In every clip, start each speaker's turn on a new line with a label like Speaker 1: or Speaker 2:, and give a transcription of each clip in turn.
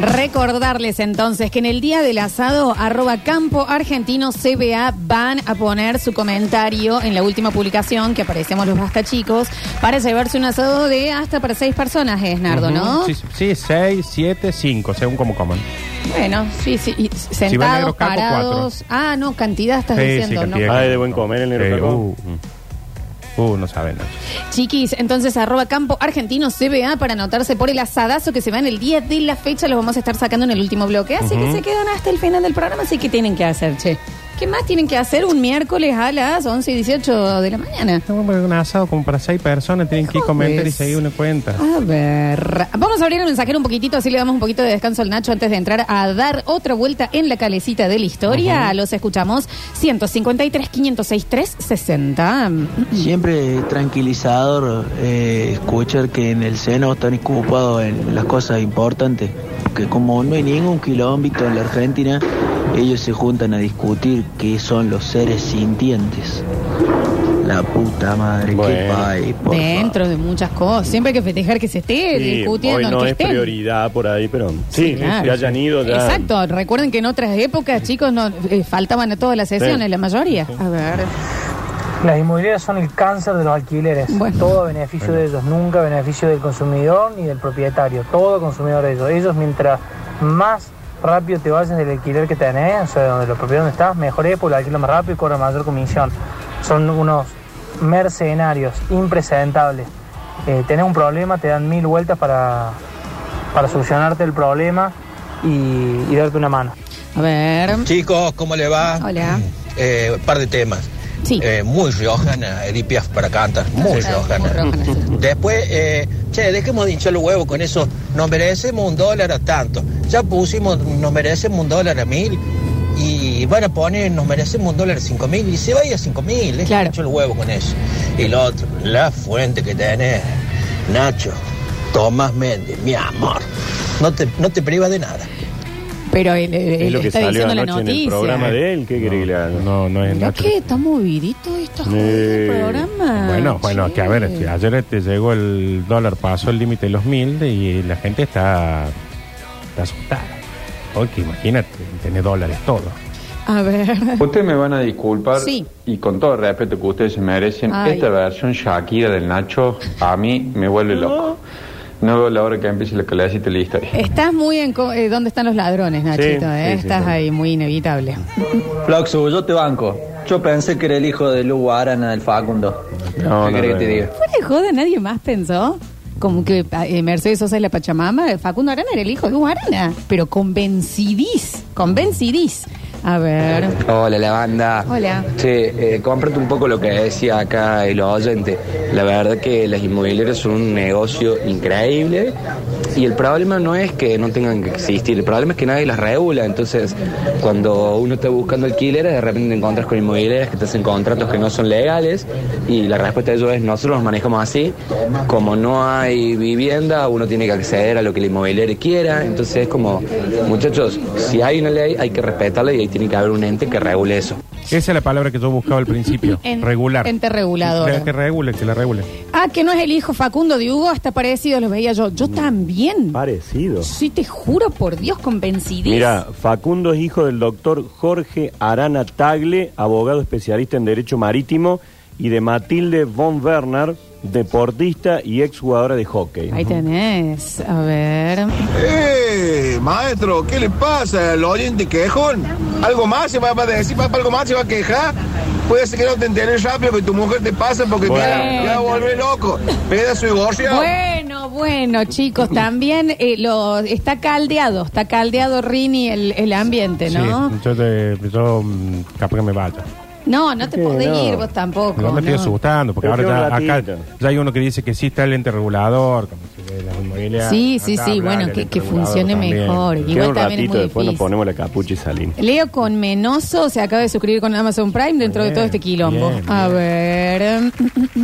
Speaker 1: Recordarles entonces que en el día del asado, arroba campo argentino CBA van a poner su comentario en la última publicación que aparecemos los basta chicos para llevarse un asado de hasta para seis personas, es Nardo, ¿no?
Speaker 2: Sí, sí, 6, 7, 5, según como coman.
Speaker 1: Bueno, sí, sí. y
Speaker 2: Si va
Speaker 1: sentados,
Speaker 2: negro, campo,
Speaker 1: parados. Ah, no, cantidad estás
Speaker 2: Sí, sí,
Speaker 1: diciendo, ¿no?
Speaker 2: cantidad.
Speaker 3: Ah, es de buen comer el negro
Speaker 2: Eh,
Speaker 3: Caco.
Speaker 2: uh, uh, uh, no saben. Nacho.
Speaker 1: Chiquis, entonces arroba campo argentino CBA para anotarse por el asadazo que se va en el día de la fecha, los vamos a estar sacando en el último bloque. Así que se quedan hasta el final del programa, así que tienen que hacer, che. ¿Qué más tienen que hacer un miércoles a las 11 y 18 de la mañana?
Speaker 2: Tengo un asado como para seis personas, tienen que ir a comentar y seguir una cuenta.
Speaker 1: A ver, vamos a abrir el mensajero un poquitito, así le damos un poquito de descanso al Nacho antes de entrar a dar otra vuelta en la calecita de la historia. Los escuchamos 153 506 360.
Speaker 4: Siempre tranquilizador eh, escuchar que en el seno están ocupados en las cosas importantes, que como no hay ningún kilómetro en la Argentina, ellos se juntan a discutir qué son los seres sintientes. La puta madre, qué
Speaker 3: Bueno.
Speaker 4: país, por
Speaker 1: Dentro
Speaker 4: favor.
Speaker 1: de muchas cosas. Siempre hay que festejar que se esté
Speaker 3: Sí,
Speaker 1: discutiendo.
Speaker 3: hoy no
Speaker 1: que
Speaker 3: es
Speaker 1: estén.
Speaker 3: prioridad por ahí, pero sí,
Speaker 1: claro.
Speaker 3: que hayan ido ya.
Speaker 1: Exacto. Recuerden que en otras épocas, chicos, no eh, faltaban a todas las sesiones,
Speaker 3: Sí.
Speaker 1: la mayoría. A ver.
Speaker 5: Las inmobiliarias son el cáncer de los alquileres.
Speaker 1: Bueno.
Speaker 5: Todo a beneficio de ellos, nunca a beneficio del consumidor ni del propietario. Todo consumidor de ellos. Ellos mientras más rápido te vayas del alquiler que tenés, o sea, donde los propietarios donde estás, mejor es porque lo alquilan más rápido y cobran mayor comisión. Son unos mercenarios impresentables. Eh, tenés un problema, te dan mil vueltas para, para solucionarte el problema y- y darte una mano.
Speaker 1: A ver.
Speaker 6: Chicos, ¿cómo le va?
Speaker 1: Hola.
Speaker 6: Eh, par de temas.
Speaker 1: Sí.
Speaker 6: Eh, muy riojana, Edith Piaf para cantar. Muy
Speaker 1: Sí,
Speaker 6: riojana.
Speaker 1: muy riojana.
Speaker 6: Después, eh, che, dejemos de hinchar los huevos con eso. Nos merecemos un dólar a tanto. Ya pusimos, nos merecemos un dólar a mil. Y van a poner, nos merecemos un dólar a cinco mil. Y se vaya a cinco mil. Dejen
Speaker 1: Claro.
Speaker 6: de hinchar los huevos con eso. Y lo otro, la fuente que tenés, Nacho, Tomás Méndez, mi amor. No te, no te privas de nada.
Speaker 1: Pero él, él-
Speaker 3: Es
Speaker 1: él
Speaker 3: lo que
Speaker 1: está
Speaker 3: salió
Speaker 1: diciendo la
Speaker 3: anoche en el
Speaker 1: noticia.
Speaker 3: programa de él. ¿Qué quiere que le haga?
Speaker 2: No, no es
Speaker 1: Mirá
Speaker 2: Nacho.
Speaker 1: que está movidito esta joda del
Speaker 3: Eh,
Speaker 1: programa.
Speaker 2: Bueno, bueno,
Speaker 1: Che.
Speaker 2: que a ver, este, ayer te llegó el dólar, pasó el límite de los mil y la gente está, está asustada. Hoy que imagínate, tiene dólares todo.
Speaker 1: A ver.
Speaker 7: Ustedes me van a disculpar
Speaker 1: Sí.
Speaker 7: y con todo el respeto que ustedes se merecen,
Speaker 1: Ay.
Speaker 7: esta versión Shakira del Nacho a mí me vuelve loco. No veo la hora que empiece la clase de la historia.
Speaker 1: Estás muy en. co- eh, ¿Dónde están los ladrones, Nachito? eh?
Speaker 3: sí, sí,
Speaker 1: Estás
Speaker 3: sí.
Speaker 1: ahí, muy inevitable.
Speaker 8: Flaxo, yo te banco. Yo pensé que era el hijo de Lugo Arana del Facundo.
Speaker 7: No, no,
Speaker 8: ¿Qué querés
Speaker 7: no,
Speaker 8: que te
Speaker 7: no.
Speaker 8: diga?
Speaker 1: Fuera de joda, nadie más pensó. Como que eh, Mercedes Sosa es la Pachamama, Facundo Arana era el hijo de Hugo Arana. Pero convencidís, convencidís. A ver.
Speaker 8: Hola, la banda.
Speaker 1: Hola.
Speaker 8: Che, eh, cómprate un poco lo que decía acá el oyente. La verdad que las inmobiliarias son un negocio increíble y el problema no es que no tengan que existir, el problema es que nadie las regula. Entonces, cuando uno está buscando alquileres, de repente te encuentras con inmobiliarias que te hacen contratos que no son legales y la respuesta de ellos es nosotros los manejamos así. Como no hay vivienda, uno tiene que acceder a lo que el inmobiliario quiera. Entonces es como, muchachos, si hay una ley hay que respetarla y ahí tiene que haber un ente que regule eso.
Speaker 2: Esa es la palabra que yo buscaba al principio,
Speaker 1: En-
Speaker 2: regular.
Speaker 1: ente reguladora.
Speaker 2: Que, que regule, que la regule.
Speaker 1: Ah, que no es el hijo Facundo de Hugo, hasta parecido, los veía yo. Yo también.
Speaker 3: Parecido.
Speaker 1: Sí, te juro por Dios, convencidís.
Speaker 3: Mira, Facundo es hijo del doctor Jorge Arana Tagle, abogado especialista en Derecho Marítimo, y de Matilde von Werner, deportista y exjugadora de hockey.
Speaker 1: Ahí tenés. A ver.
Speaker 9: ¡Eh! Maestro, ¿qué le pasa al oyente quejón? ¿Algo más se va a decir? ¿Para algo más se va a quejar? Puede ser que no te enteres rápido que tu mujer te pasa porque te
Speaker 1: Bueno.
Speaker 9: te va a volver loco. Pedazo de gorrión.
Speaker 1: Bueno, bueno, chicos, también eh, lo, está caldeado, está caldeado Rini el, el ambiente, ¿no?
Speaker 2: Sí, yo, te- yo, mm, capaz que me vaya.
Speaker 1: No, no te
Speaker 3: Sí,
Speaker 1: podés
Speaker 3: no.
Speaker 1: ir vos tampoco.
Speaker 2: No me estoy asustando, porque
Speaker 3: Pero
Speaker 2: ahora
Speaker 3: queda
Speaker 2: ya,
Speaker 3: un
Speaker 2: acá
Speaker 3: ratito.
Speaker 2: ya hay uno que dice que sí está el ente regulador. Como que las inmobiliarias,
Speaker 1: Sí, sí,
Speaker 2: anda a
Speaker 1: sí,
Speaker 2: hablar
Speaker 1: bueno,
Speaker 2: del
Speaker 1: que-
Speaker 2: ente
Speaker 1: que
Speaker 2: regulador
Speaker 1: funcione mejor. Igual
Speaker 3: Queda un
Speaker 1: también es
Speaker 3: ratito,
Speaker 1: muy
Speaker 3: después nos
Speaker 1: difícil.
Speaker 3: ponemos la capucha y salimos.
Speaker 1: Leo con Menoso se acaba de suscribir con Amazon Prime dentro de
Speaker 2: Bien,
Speaker 1: todo este quilombo.
Speaker 2: bien,
Speaker 1: A
Speaker 2: bien.
Speaker 1: ver.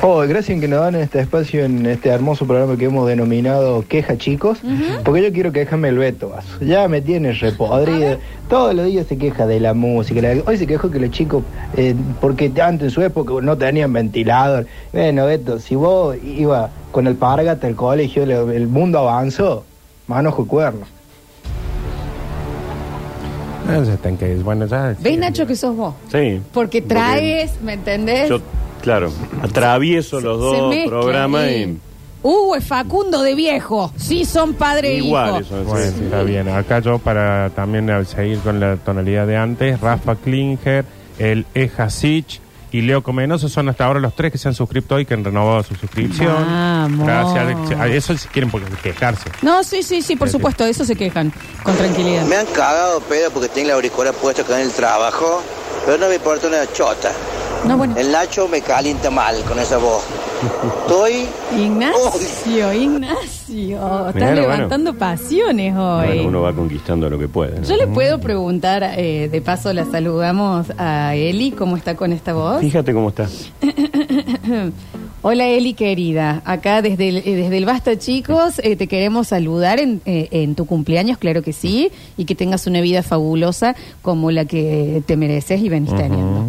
Speaker 10: Oh, gracias en que nos dan este espacio en este hermoso programa que hemos denominado Queja Chicos, porque yo quiero quejarme el Beto Basso. Ya me tienes repodrido. Todos los días se queja de la música. la- Hoy se quejó que los chicos, eh, porque antes en su época no tenían ventilador. Bueno, Beto, si vos ibas con el párgata al colegio, le- el mundo avanzó, manojo y cuerno.
Speaker 2: Ah, ya están que bueno, ya.
Speaker 1: ¿Ves, Nacho, que sos vos?
Speaker 3: Sí.
Speaker 1: Porque traes, ¿me entendés?
Speaker 3: Yo, claro, atravieso los
Speaker 1: Se
Speaker 3: dos
Speaker 1: mezclan
Speaker 3: programas
Speaker 1: y-
Speaker 3: y.
Speaker 1: Hugo es Facundo de viejo. Sí, son padre e hijo.
Speaker 3: Iguales. son,
Speaker 2: Bueno,
Speaker 3: sí.
Speaker 2: está bien. Acá yo para también eh, seguir con la tonalidad de antes, Rafa Klinger, el Eja Sich y Leo Comenoso son hasta ahora los tres que se han suscrito y que han renovado su suscripción.
Speaker 1: Vamos.
Speaker 2: Gracias. A eso si quieren porque- quejarse.
Speaker 1: No, sí, sí, sí, por
Speaker 2: Sí, sí.
Speaker 1: supuesto, de eso se quejan, con tranquilidad.
Speaker 6: Me han cagado pedo porque tengo la auricular puesta acá en el trabajo, pero no me importa una chota.
Speaker 1: No, bueno.
Speaker 6: El Nacho me calienta mal con esa voz. Estoy
Speaker 1: Ignacio, Ignacio, estás
Speaker 3: Mirá, bueno.
Speaker 1: levantando pasiones hoy.
Speaker 3: Bueno, uno va conquistando lo que puede. ¿no?
Speaker 1: Yo le puedo preguntar, eh, de paso la saludamos a Eli, ¿cómo está con esta voz?
Speaker 3: Fíjate cómo está.
Speaker 1: Hola Eli querida, acá desde el, eh, desde el Basta Chicos eh, te queremos saludar en, eh, en tu cumpleaños, claro que sí, y que tengas una vida fabulosa como la que te mereces y venís teniendo.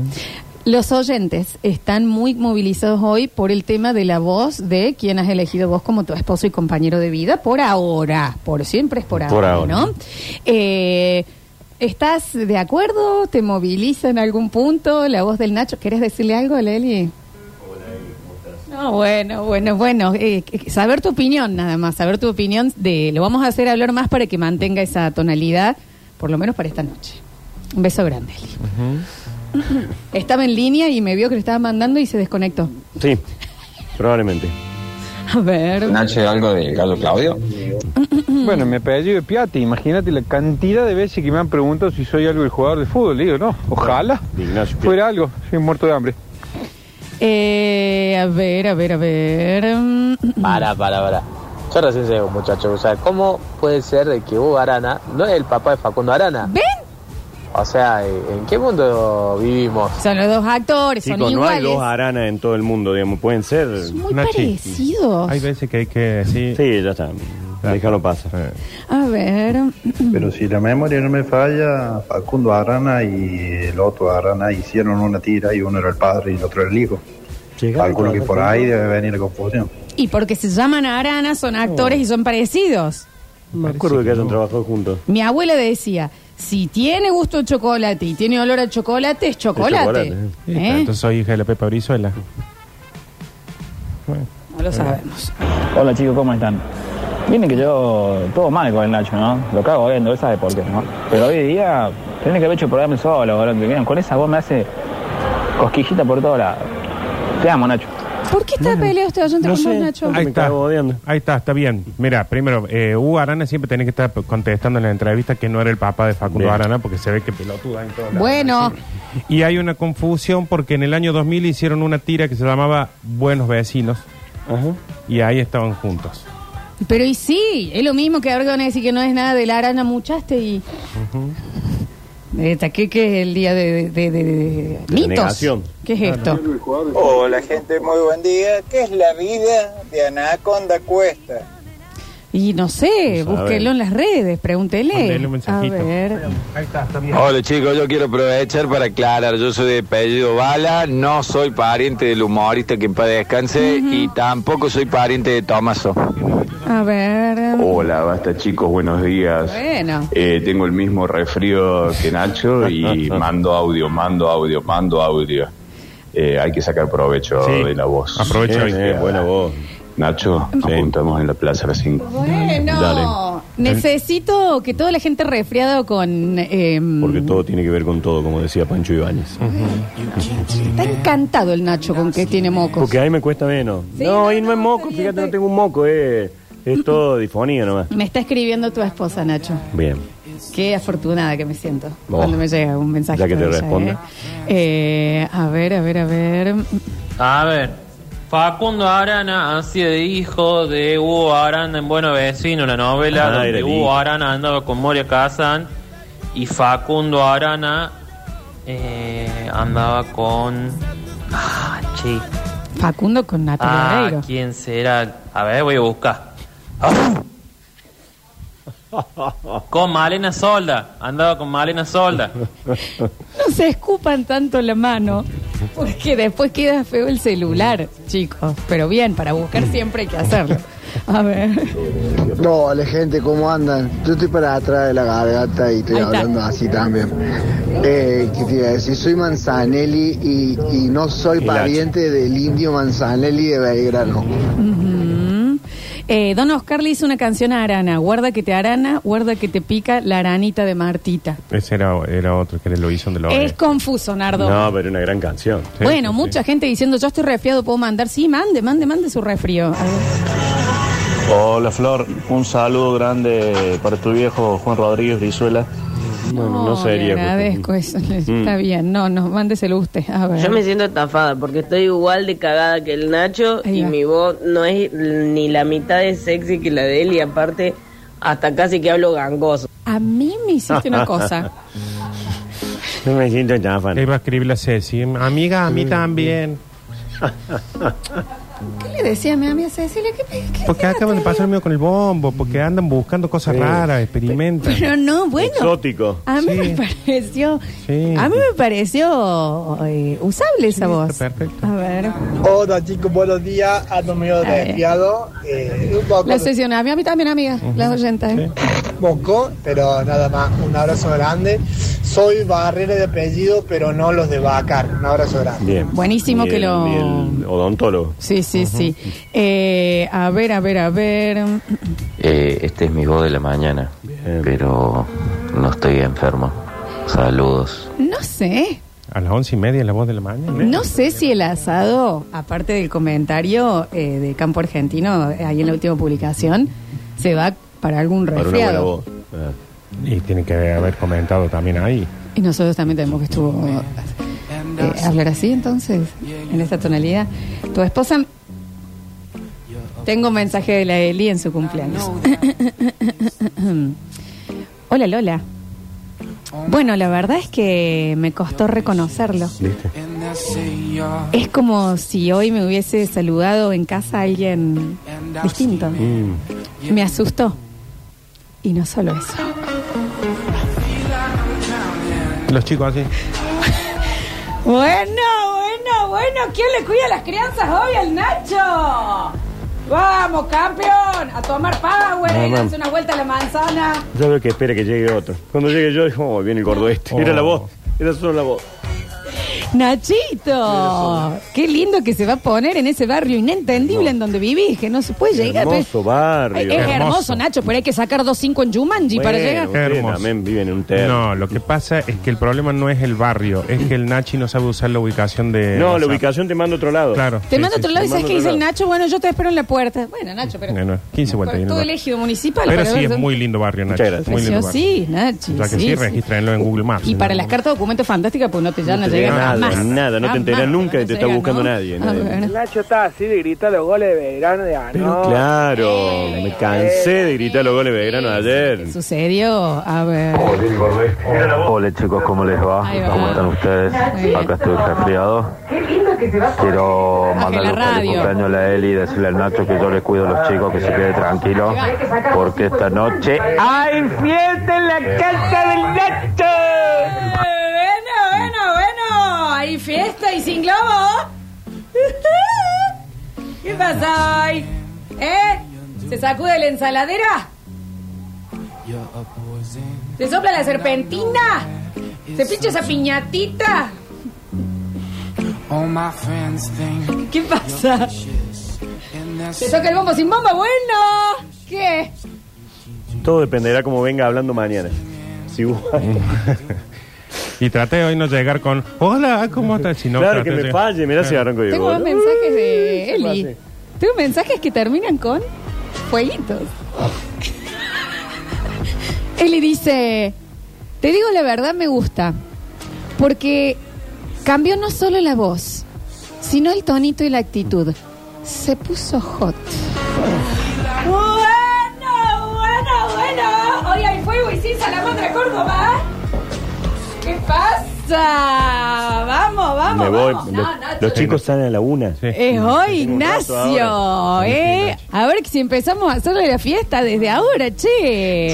Speaker 1: Los oyentes están muy movilizados hoy por el tema de la voz de quien has elegido vos como tu esposo y compañero de vida por ahora, por siempre es por ahora,
Speaker 3: Por ahora.
Speaker 1: ¿no? Eh, ¿Estás de acuerdo? ¿Te moviliza en algún punto la voz del Nacho? ¿Querés decirle algo a la Eli? No, bueno, bueno, bueno. Eh, que- saber tu opinión, nada más. Saber tu opinión de. Lo vamos a hacer hablar más para que mantenga esa tonalidad, por lo menos para esta noche. Un beso grande, Eli. Estaba en línea y me vio que le estaba mandando y se desconectó.
Speaker 3: Sí, probablemente.
Speaker 1: A ver.
Speaker 7: Nacho, algo del gallo Claudio.
Speaker 1: mm.
Speaker 11: Bueno, mi apellido es Piatti. Imagínate la cantidad de veces que me han preguntado si soy algo de jugador de fútbol. Le digo, no, ojalá
Speaker 3: De Ah, Ignacio Piatti.
Speaker 11: fuera algo. Soy muerto de hambre.
Speaker 1: Eh, a ver, a ver, a ver. Mm,
Speaker 12: Para, para, para. Yo recién llego, muchachos. O sea, ¿cómo puede ser de que Hugo Arana no es el papá de Facundo Arana?
Speaker 1: ¿Ven?
Speaker 12: O sea, ¿en en qué mundo vivimos?
Speaker 1: Son los dos actores, son
Speaker 3: Chicos, no hay
Speaker 1: iguales.
Speaker 3: dos aranas en todo el mundo, digamos. Pueden ser.
Speaker 1: Muy
Speaker 2: Nachi.
Speaker 1: parecidos.
Speaker 2: Hay veces que hay que decir.
Speaker 3: Sí, ya está. Déjalo pasar.
Speaker 2: Eh,
Speaker 1: A ver.
Speaker 13: Pero si la memoria no me falla, Facundo Arana y el otro Arana hicieron una tira y uno era el padre y el otro era el hijo. Calculo que por ahí debe venir la confusión.
Speaker 1: Y porque se llaman Arana, son actores y son parecidos.
Speaker 3: Me acuerdo que hayan trabajado juntos.
Speaker 1: Mi abuela decía, si tiene gusto de chocolate y tiene olor a chocolate, es chocolate.
Speaker 3: chocolate, ¿eh?
Speaker 2: y
Speaker 1: ¿Eh?
Speaker 2: está, Entonces soy hija de la Pepa Brizuela. Bueno,
Speaker 1: No lo sabemos.
Speaker 14: Hola chicos, ¿cómo están? Miren que yo todo mal con el Nacho, ¿no? Lo cago viendo, él sabe por qué, ¿no? Pero hoy día tiene que haber hecho el programa solo, boludo, que miren, Con esa voz me hace cosquillita por todos lados. Te amo, Nacho.
Speaker 1: ¿Por qué está peleado este oyente con vos, Nacho?
Speaker 2: Ahí
Speaker 3: Me
Speaker 2: está.
Speaker 3: cago odiando.
Speaker 2: Ahí está, está bien. Mira, primero, eh, Hugo Arana siempre tiene que estar contestando en la entrevista que no era el papá de Facundo
Speaker 3: Bien.
Speaker 2: Arana porque se ve que pelotuda en todo
Speaker 1: Bueno,
Speaker 2: Y hay una confusión porque en el año 2000 hicieron una tira que se llamaba Buenos Vecinos
Speaker 3: Ajá.
Speaker 2: y ahí estaban juntos.
Speaker 1: pero y sí, es lo mismo que ahora que van a decir que no es nada de la arana muchaste y... Esta, ¿Qué, qué es el día de, de- de- de- de- mitos?
Speaker 3: negación.
Speaker 1: ¿Qué es esto?
Speaker 9: Hola gente, muy buen día. ¿Qué es la vida de Anaconda Cuesta?
Speaker 1: Y no sé,
Speaker 3: No sabe.
Speaker 1: búsquenlo en las redes,
Speaker 2: Mándale
Speaker 1: pregúntele.
Speaker 2: un
Speaker 1: A
Speaker 2: mensajito.
Speaker 1: ver,
Speaker 8: Hola chicos, yo quiero aprovechar para aclarar, yo soy de apellido Bala, no soy pariente del humorista que en paz descanse y tampoco soy pariente de Tomaso.
Speaker 1: a ver...
Speaker 7: Hola, basta chicos, buenos días.
Speaker 1: Bueno.
Speaker 7: Eh, tengo el mismo refrío que Nacho y mando audio, mando audio, mando audio. Eh, hay que sacar provecho
Speaker 2: Sí.
Speaker 7: de la voz.
Speaker 2: Aprovecha
Speaker 3: Bien,
Speaker 2: hoy.
Speaker 3: eh, buena voz.
Speaker 7: Nacho, nos
Speaker 3: Sí.
Speaker 7: juntamos en la plaza a las 5.
Speaker 1: Bueno,
Speaker 7: Dale.
Speaker 1: Eh, necesito que toda la gente resfriada con... eh,
Speaker 3: Porque todo tiene que ver con todo, como decía Pancho Ibáñez.
Speaker 1: Está encantado el Nacho con que tiene mocos.
Speaker 3: Porque ahí me cuesta menos.
Speaker 1: Sí, no,
Speaker 3: no, ahí
Speaker 1: no,
Speaker 3: no es moco,
Speaker 1: está bien,
Speaker 3: fíjate,
Speaker 1: está
Speaker 3: no tengo un moco, eh. es todo difonía nomás.
Speaker 1: Me está escribiendo tu esposa, Nacho.
Speaker 3: Bien.
Speaker 1: Qué afortunada que me siento
Speaker 3: Oh.
Speaker 1: cuando me llega un mensaje.
Speaker 3: Ya que te
Speaker 1: de ella,
Speaker 3: responde.
Speaker 1: ¿eh? Eh, a ver, a ver, a ver.
Speaker 12: A ver, Facundo Arana ha sido hijo de Hugo Arana en Bueno Vecino, la novela
Speaker 3: Ah, era
Speaker 12: donde
Speaker 3: el
Speaker 12: Hugo
Speaker 3: hijo.
Speaker 12: Arana andaba con Moria Kazan y Facundo Arana eh, andaba con... Ah, che.
Speaker 1: Facundo con Natalia
Speaker 12: Ah,
Speaker 1: Oreiro.
Speaker 12: ¿quién será? A ver, voy a buscar. con Malena Solda, andaba con Malena Solda.
Speaker 1: No se escupan tanto la mano. Porque después queda feo el celular, chicos. Pero bien, para buscar siempre hay que hacerlo. A ver.
Speaker 15: No, la gente, ¿cómo andan? Yo estoy para atrás de la garganta y estoy
Speaker 1: Ahí está.
Speaker 15: hablando así también. Eh, ¿Qué te iba a decir? Soy Manzanelli y, y no soy
Speaker 1: Y Lacha.
Speaker 15: pariente del indio Manzanelli de Belgrano.
Speaker 1: Ujú. Eh, Don Oscar le hizo una canción a Arana. Guarda que te arana, guarda que te pica la aranita de Martita.
Speaker 2: Ese era, era otro que era lo hizo de la
Speaker 1: Es confuso, Nardo.
Speaker 3: No, pero una gran canción.
Speaker 1: bueno, mucha gente diciendo, yo estoy resfriado, puedo mandar. Sí, mande, mande, mande su resfrío. A ver.
Speaker 16: Hola Flor, un saludo grande para tu viejo Juan Rodríguez Brizuela.
Speaker 1: no le agradezco eso.
Speaker 2: Mm.
Speaker 1: Está bien. No, no, mándeselo usted. A ver.
Speaker 17: Yo me siento estafada porque estoy igual de cagada que el Nacho
Speaker 1: Ahí
Speaker 17: y
Speaker 1: va.
Speaker 17: mi voz no es ni la mitad de sexy que la de él y aparte hasta casi que hablo gangoso.
Speaker 1: A mí me hiciste una cosa.
Speaker 3: No me siento chafa.
Speaker 2: Iba a escribirle a Ceci. Amiga, a mí también.
Speaker 1: ¿Qué le decía a mi amiga Cecilia? ¿Qué, pe- qué-
Speaker 2: Porque acaban de pasar medio con el bombo, porque andan buscando cosas raras, experimentan.
Speaker 1: Pero no, bueno.
Speaker 2: Exótico.
Speaker 1: A mí me pareció.
Speaker 2: Sí.
Speaker 1: A mí me pareció eh, usable esa voz. A ver.
Speaker 18: Hola chicos, buenos días. Ando medio desviado. Eh, un poco
Speaker 1: La obsesioné. A mí, a mí también, amiga. Las oyentas. ¿eh?
Speaker 18: poco, pero nada más. Un abrazo grande. Soy Barrera de apellido, pero no los de Bacar. Un abrazo grande.
Speaker 3: Bien.
Speaker 1: Buenísimo
Speaker 3: Y
Speaker 1: que
Speaker 3: el-
Speaker 1: lo-
Speaker 3: y el odontólogo.
Speaker 1: Sí, sí, sí. Eh, a ver, a ver, a ver.
Speaker 19: Eh, este es mi voz de la mañana, pero no estoy enfermo. Saludos.
Speaker 1: No sé.
Speaker 2: A las once y media, la voz de la mañana.
Speaker 1: No sé si el asado, aparte del comentario eh, de Campo Argentino, eh, ahí en la última publicación, se va para algún
Speaker 2: Para una buena
Speaker 1: resfriado.
Speaker 2: voz.
Speaker 3: Ah.
Speaker 2: Y tiene que haber comentado también ahí.
Speaker 1: Y nosotros también tenemos que estuvo eh, hablar así entonces, en esta tonalidad. Tu esposa tengo un mensaje de la Eli en su cumpleaños. Hola Lola. Bueno, la verdad es que me costó reconocerlo. Es como si hoy me hubiese saludado en casa a alguien distinto. Me asustó. Y no solo eso.
Speaker 2: Los chicos así.
Speaker 1: Bueno, bueno, bueno. ¿Quién le cuida a las crianzas hoy? ¡El Nacho! ¡Vamos, campeón! A tomar power,
Speaker 3: Vamos.
Speaker 1: a darse una vuelta a la manzana.
Speaker 3: Yo veo que espera que llegue otro. Cuando llegue yo, dijo, oh, viene el gordo este. Era la
Speaker 1: Oh.
Speaker 3: voz. Era solo la voz.
Speaker 1: ¡Nachito! ¡Qué lindo que se va a poner en ese barrio inentendible en donde vivís! Que no se puede llegar. pero-
Speaker 3: Hermoso barrio.
Speaker 1: pues. Ay, es hermoso, Nacho, pero hay que sacar dos cinco en Jumanji para llegar.
Speaker 3: viven en un
Speaker 2: No, lo que pasa es que el problema no es el barrio, es que el Nachi no sabe usar la ubicación de.
Speaker 3: No, la
Speaker 2: WhatsApp.
Speaker 3: ubicación te manda a otro lado.
Speaker 2: eh, Claro.
Speaker 1: Te mando a otro lado y
Speaker 2: te
Speaker 1: sabes
Speaker 2: mando
Speaker 1: que
Speaker 2: a
Speaker 1: dice
Speaker 2: otro
Speaker 1: el Nacho, bueno, yo te espero en la puerta. Bueno, Nacho, pero
Speaker 2: No, no, 15 vueltas. ahí en el
Speaker 1: todo
Speaker 2: barrio.
Speaker 1: elegido municipal.
Speaker 2: Pero
Speaker 1: para
Speaker 2: sí,
Speaker 1: ver
Speaker 2: es
Speaker 1: dónde-
Speaker 2: muy lindo barrio, Nachi. Muy lindo barrio.
Speaker 1: Sí, Nachi.
Speaker 2: Ya que sí,
Speaker 1: sí, sí.
Speaker 2: registrenlo en Google Maps.
Speaker 1: Y para las cartas de documentos fantásticas, pues no te, ya no,
Speaker 3: te
Speaker 1: llega
Speaker 3: llega nada,
Speaker 1: jamás.
Speaker 3: nada, no te
Speaker 1: Jamás.
Speaker 3: enterás nunca que te está
Speaker 1: llega, Ah,
Speaker 3: buscando
Speaker 1: ¿no?
Speaker 3: nadie,
Speaker 1: A
Speaker 3: nadie.
Speaker 1: ver.
Speaker 5: Nacho está así de gritar los goles de verano de
Speaker 3: Pero
Speaker 5: Ano.
Speaker 3: claro, me cansé de gritar los goles de Belgrano ayer.
Speaker 1: Sucedió, a ver.
Speaker 20: Hola chicos, ¿cómo les va?
Speaker 1: Ahí va.
Speaker 20: ¿Cómo están ustedes?
Speaker 1: Muy bien.
Speaker 20: Acá estoy resfriado.
Speaker 1: Qué lindo que se va
Speaker 20: Quiero
Speaker 1: Baje la
Speaker 20: mandarle un feliz
Speaker 1: radio.
Speaker 20: cumpleaños a la Eli y decirle al Nacho que yo le cuido a los chicos, que se quede tranquilo, porque esta noche
Speaker 5: ¡Ay, fiesta en la casa del Nacho!
Speaker 1: Bueno, bueno, bueno. Hay fiesta y sin globo. ¿Qué pasa hoy? ¿Eh? ¿Se sacude la ensaladera? ¿Se sopla la serpentina? ¿Se pincha esa piñatita? ¿Qué pasa? ¿Se toca el bombo sin bomba? Bueno. ¿Qué?
Speaker 3: Todo dependerá como venga hablando mañana. Si igual.
Speaker 2: Mm. Y traté hoy no llegar con. Hola, ¿cómo estás? Si no,
Speaker 3: claro
Speaker 2: traté
Speaker 3: que
Speaker 2: de
Speaker 3: me
Speaker 2: llegar-
Speaker 3: falle, mirá si arranco yo.
Speaker 1: Tengo dos mensajes de Eli. Tengo mensajes que terminan con fueguitos. Eli dice, te digo la verdad, me gusta, porque cambió no solo la voz, sino el tonito y la actitud. Se puso hot. Bueno, bueno, bueno. Hoy hay fuego y sin salamandra Córdoba. ¿Qué pasa? Vamos, vamos.
Speaker 3: Me voy.
Speaker 1: vamos.
Speaker 3: Los,
Speaker 1: No, Nacho,
Speaker 3: los chicos salen a la una.
Speaker 1: es hoy,
Speaker 3: Tengo un rato
Speaker 1: Ignacio,
Speaker 3: ahora.
Speaker 1: ¿eh? A ver si empezamos a hacerle la fiesta desde ahora, che.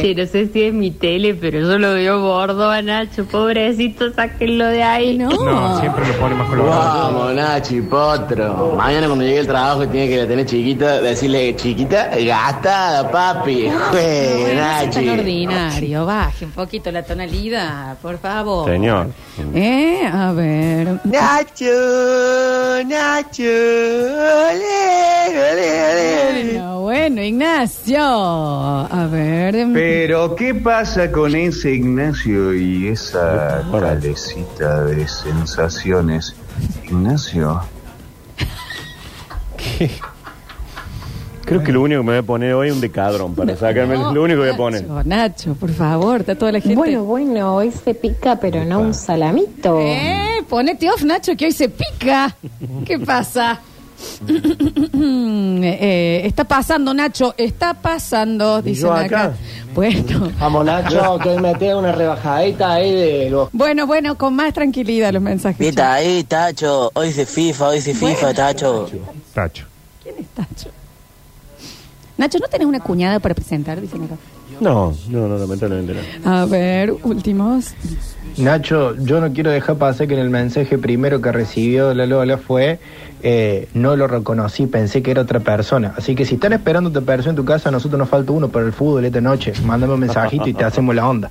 Speaker 21: Che, no sé si es mi tele, pero yo lo veo bordo a Nacho. Pobrecito, sáquenlo de ahí. No,
Speaker 2: No, siempre lo pone más colorado.
Speaker 22: Vamos, Nachi, potro. Mañana cuando llegue el trabajo y tiene que la tener chiquita, decirle, chiquita, gastada, papi. Jue,
Speaker 1: Bueno, no es tan
Speaker 22: Nachi.
Speaker 1: ordinario. Baje un poquito la tonalidad, por favor.
Speaker 3: Señor.
Speaker 1: Eh, a ver.
Speaker 22: Nacho, Nacho, ole, ole, ole.
Speaker 1: Bueno, bueno, Ignacio. A ver.
Speaker 20: Pero, ¿qué pasa con ese Ignacio y esa calecita de sensaciones? Ignacio,
Speaker 3: Creo que lo único que me voy a poner hoy es un decadrón para sacarme.
Speaker 1: No,
Speaker 3: lo único que voy a poner.
Speaker 1: Nacho, Nacho, por favor, está toda la gente.
Speaker 23: Bueno, bueno, hoy se pica, pero no un salamito.
Speaker 1: Eh, ponete off, Nacho, que hoy se pica. ¿Qué pasa? Eh, está pasando, Nacho, está pasando, dicen
Speaker 24: yo
Speaker 1: acá.
Speaker 24: acá?
Speaker 1: Bueno.
Speaker 24: Vamos, Nacho, que hoy metí una rebajadita ahí de los.
Speaker 1: Bueno, bueno, con más tranquilidad los mensajes.
Speaker 25: Viste ahí, Tacho. Hoy se FIFA, hoy se FIFA, Tacho.
Speaker 2: Tacho.
Speaker 1: Nacho, ¿no tenés una cuñada para presentar? Dicen acá.
Speaker 3: No, no, no, lamentablemente no.
Speaker 1: A ver, últimos.
Speaker 10: Nacho, yo no quiero dejar pasar que en el mensaje primero que recibió la Lola fue eh, no lo reconocí, pensé que era otra persona. Así que si están esperando otra persona en tu casa, a nosotros nos falta uno para el fútbol esta noche. Mándame un mensajito y te hacemos la onda.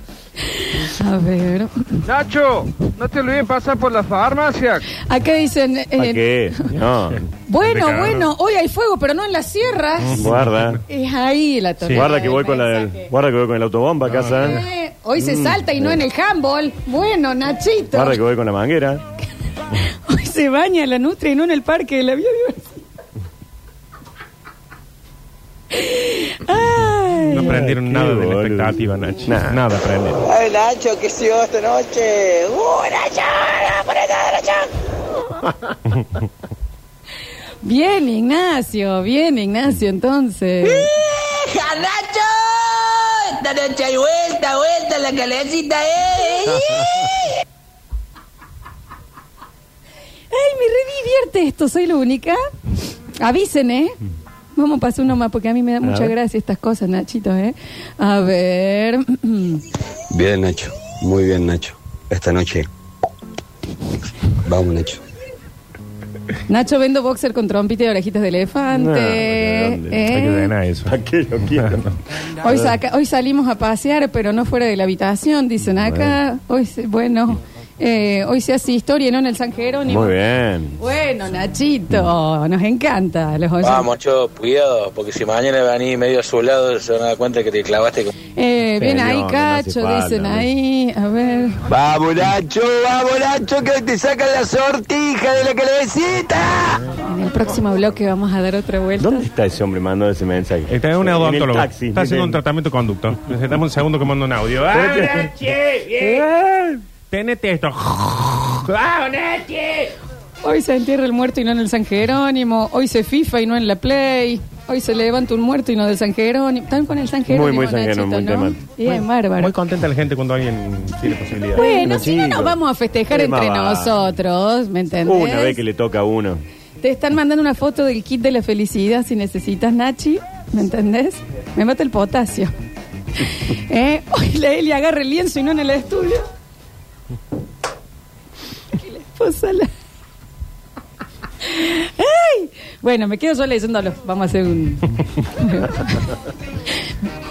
Speaker 1: A ver.
Speaker 11: Nacho, no te olvides pasar por la farmacia.
Speaker 1: Acá dicen. eh,
Speaker 3: No. Mm.
Speaker 1: Bueno, bueno, hoy hay fuego, pero no en las sierras.
Speaker 3: Guarda.
Speaker 1: Es ahí la tonalidad.
Speaker 3: Guarda que voy con la del- guarda que voy con el autobomba, casa.
Speaker 1: Eh, hoy se salta y no en el handball. Bueno, Nachito.
Speaker 3: Guarda que voy con la manguera.
Speaker 1: Hoy se baña la nutria y no en el parque de la biodiversidad. Ay.
Speaker 2: No aprendieron nada de la expectativa, Nachi. Nada aprendieron.
Speaker 26: Ay, Nacho, qué se esta noche. ¡Uh, Nacho! ¡Ponete, Nacho!
Speaker 1: Bien, Ignacio. Bien, Ignacio, entonces.
Speaker 26: ¡Hija, Nacho! Esta noche hay vuelta, vuelta en la calecita, ¿eh?
Speaker 1: Ay, me re divierte esto. Soy la única. Avisen, ¿eh? Vamos a pasar uno más porque a mí me da mucha
Speaker 27: ver.
Speaker 1: gracia estas cosas, Nachito, ¿eh? A ver.
Speaker 27: Bien, Nacho. Muy bien, Nacho. Esta noche. Vamos, Nacho.
Speaker 1: Nacho vendo boxer con trompita y orejitas de
Speaker 28: Ah,
Speaker 1: elefante. ¿eh?
Speaker 2: Hay que drenar eso.
Speaker 1: Hoy, saca- hoy salimos a pasear, pero no fuera de la habitación, dicen acá. Hoy, se- bueno, eh, hoy se hace historia, y no en el San Jerónimo.
Speaker 3: Muy bien.
Speaker 1: Bueno, Nachito, nos encanta. Los oyentes.
Speaker 28: Vamos, Cho, cuidado, porque si mañana venís medio azulado, se van a dar cuenta que te clavaste con...
Speaker 1: Eh, bien
Speaker 28: Pero
Speaker 1: ahí,
Speaker 28: no, no hace
Speaker 1: Cacho,
Speaker 28: falta,
Speaker 1: dicen
Speaker 28: ¿no?
Speaker 1: ahí. A ver.
Speaker 22: Vamos, Nacho, vamos, Nacho, que hoy te sacan la sortija de la calecita.
Speaker 1: En el próximo bloque vamos a dar otra vuelta.
Speaker 3: ¿Dónde está ese hombre mandando ese mensaje?
Speaker 2: Está en una
Speaker 3: el
Speaker 2: odontóloga.
Speaker 3: taxi.
Speaker 2: Está haciendo un tratamiento de conducto. Necesitamos un segundo que mando un audio. ¡Ah, Nachi! Bien. Tenete esto. ¡Vamos, Nachi!
Speaker 1: Hoy se entierra el muerto y no en el San Jerónimo. Hoy se FIFA y no en la Play. Hoy se levanta un muerto y no del San Jerónimo. Están con el San Jerónimo.
Speaker 2: Muy, muy San Jerónimo,
Speaker 1: Nachito,
Speaker 2: muy
Speaker 1: ¿no?
Speaker 2: tema.
Speaker 1: Bien, bárbaro.
Speaker 2: Muy contenta la gente cuando alguien tiene posibilidades.
Speaker 1: Bueno, si no nos vamos a festejar
Speaker 3: Qué
Speaker 1: entre
Speaker 3: mamá.
Speaker 1: nosotros, ¿me entendés?
Speaker 3: Una vez que le toca a uno.
Speaker 1: Te están mandando una foto del kit de la felicidad si necesitas, Nachi, ¿me entendés? Me mata el potasio. ¿Eh? Hoy la Eli agarra el lienzo y no en el estudio. Y la esposa la... ¡Ay! Bueno, me quedo yo leyéndolo. Vamos a hacer un...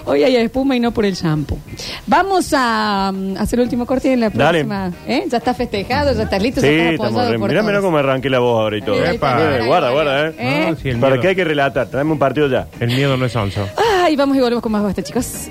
Speaker 1: Hoy hay espuma y no por el shampoo. Vamos a mm, hacer el último corte y en la
Speaker 3: Dale.
Speaker 1: próxima. ¿eh? Ya estás festejado, ya estás listo,
Speaker 3: Sí,
Speaker 1: ya estás
Speaker 3: estamos
Speaker 1: apoyado
Speaker 3: re...
Speaker 1: por
Speaker 3: Mirá, mirá
Speaker 1: todos.
Speaker 3: cómo arranqué la voz ahora y todo.
Speaker 1: Ahí, ahí, ahí, ahí,
Speaker 3: Guarda,
Speaker 1: ahí,
Speaker 3: guarda, ¿eh?
Speaker 1: ¿Eh? No,
Speaker 2: sí, el
Speaker 3: ¿Para
Speaker 2: miedo.
Speaker 3: qué hay que relatar? Traeme un partido ya.
Speaker 2: El miedo no es onzo.
Speaker 1: Ay, vamos y volvemos con más basta, chicos.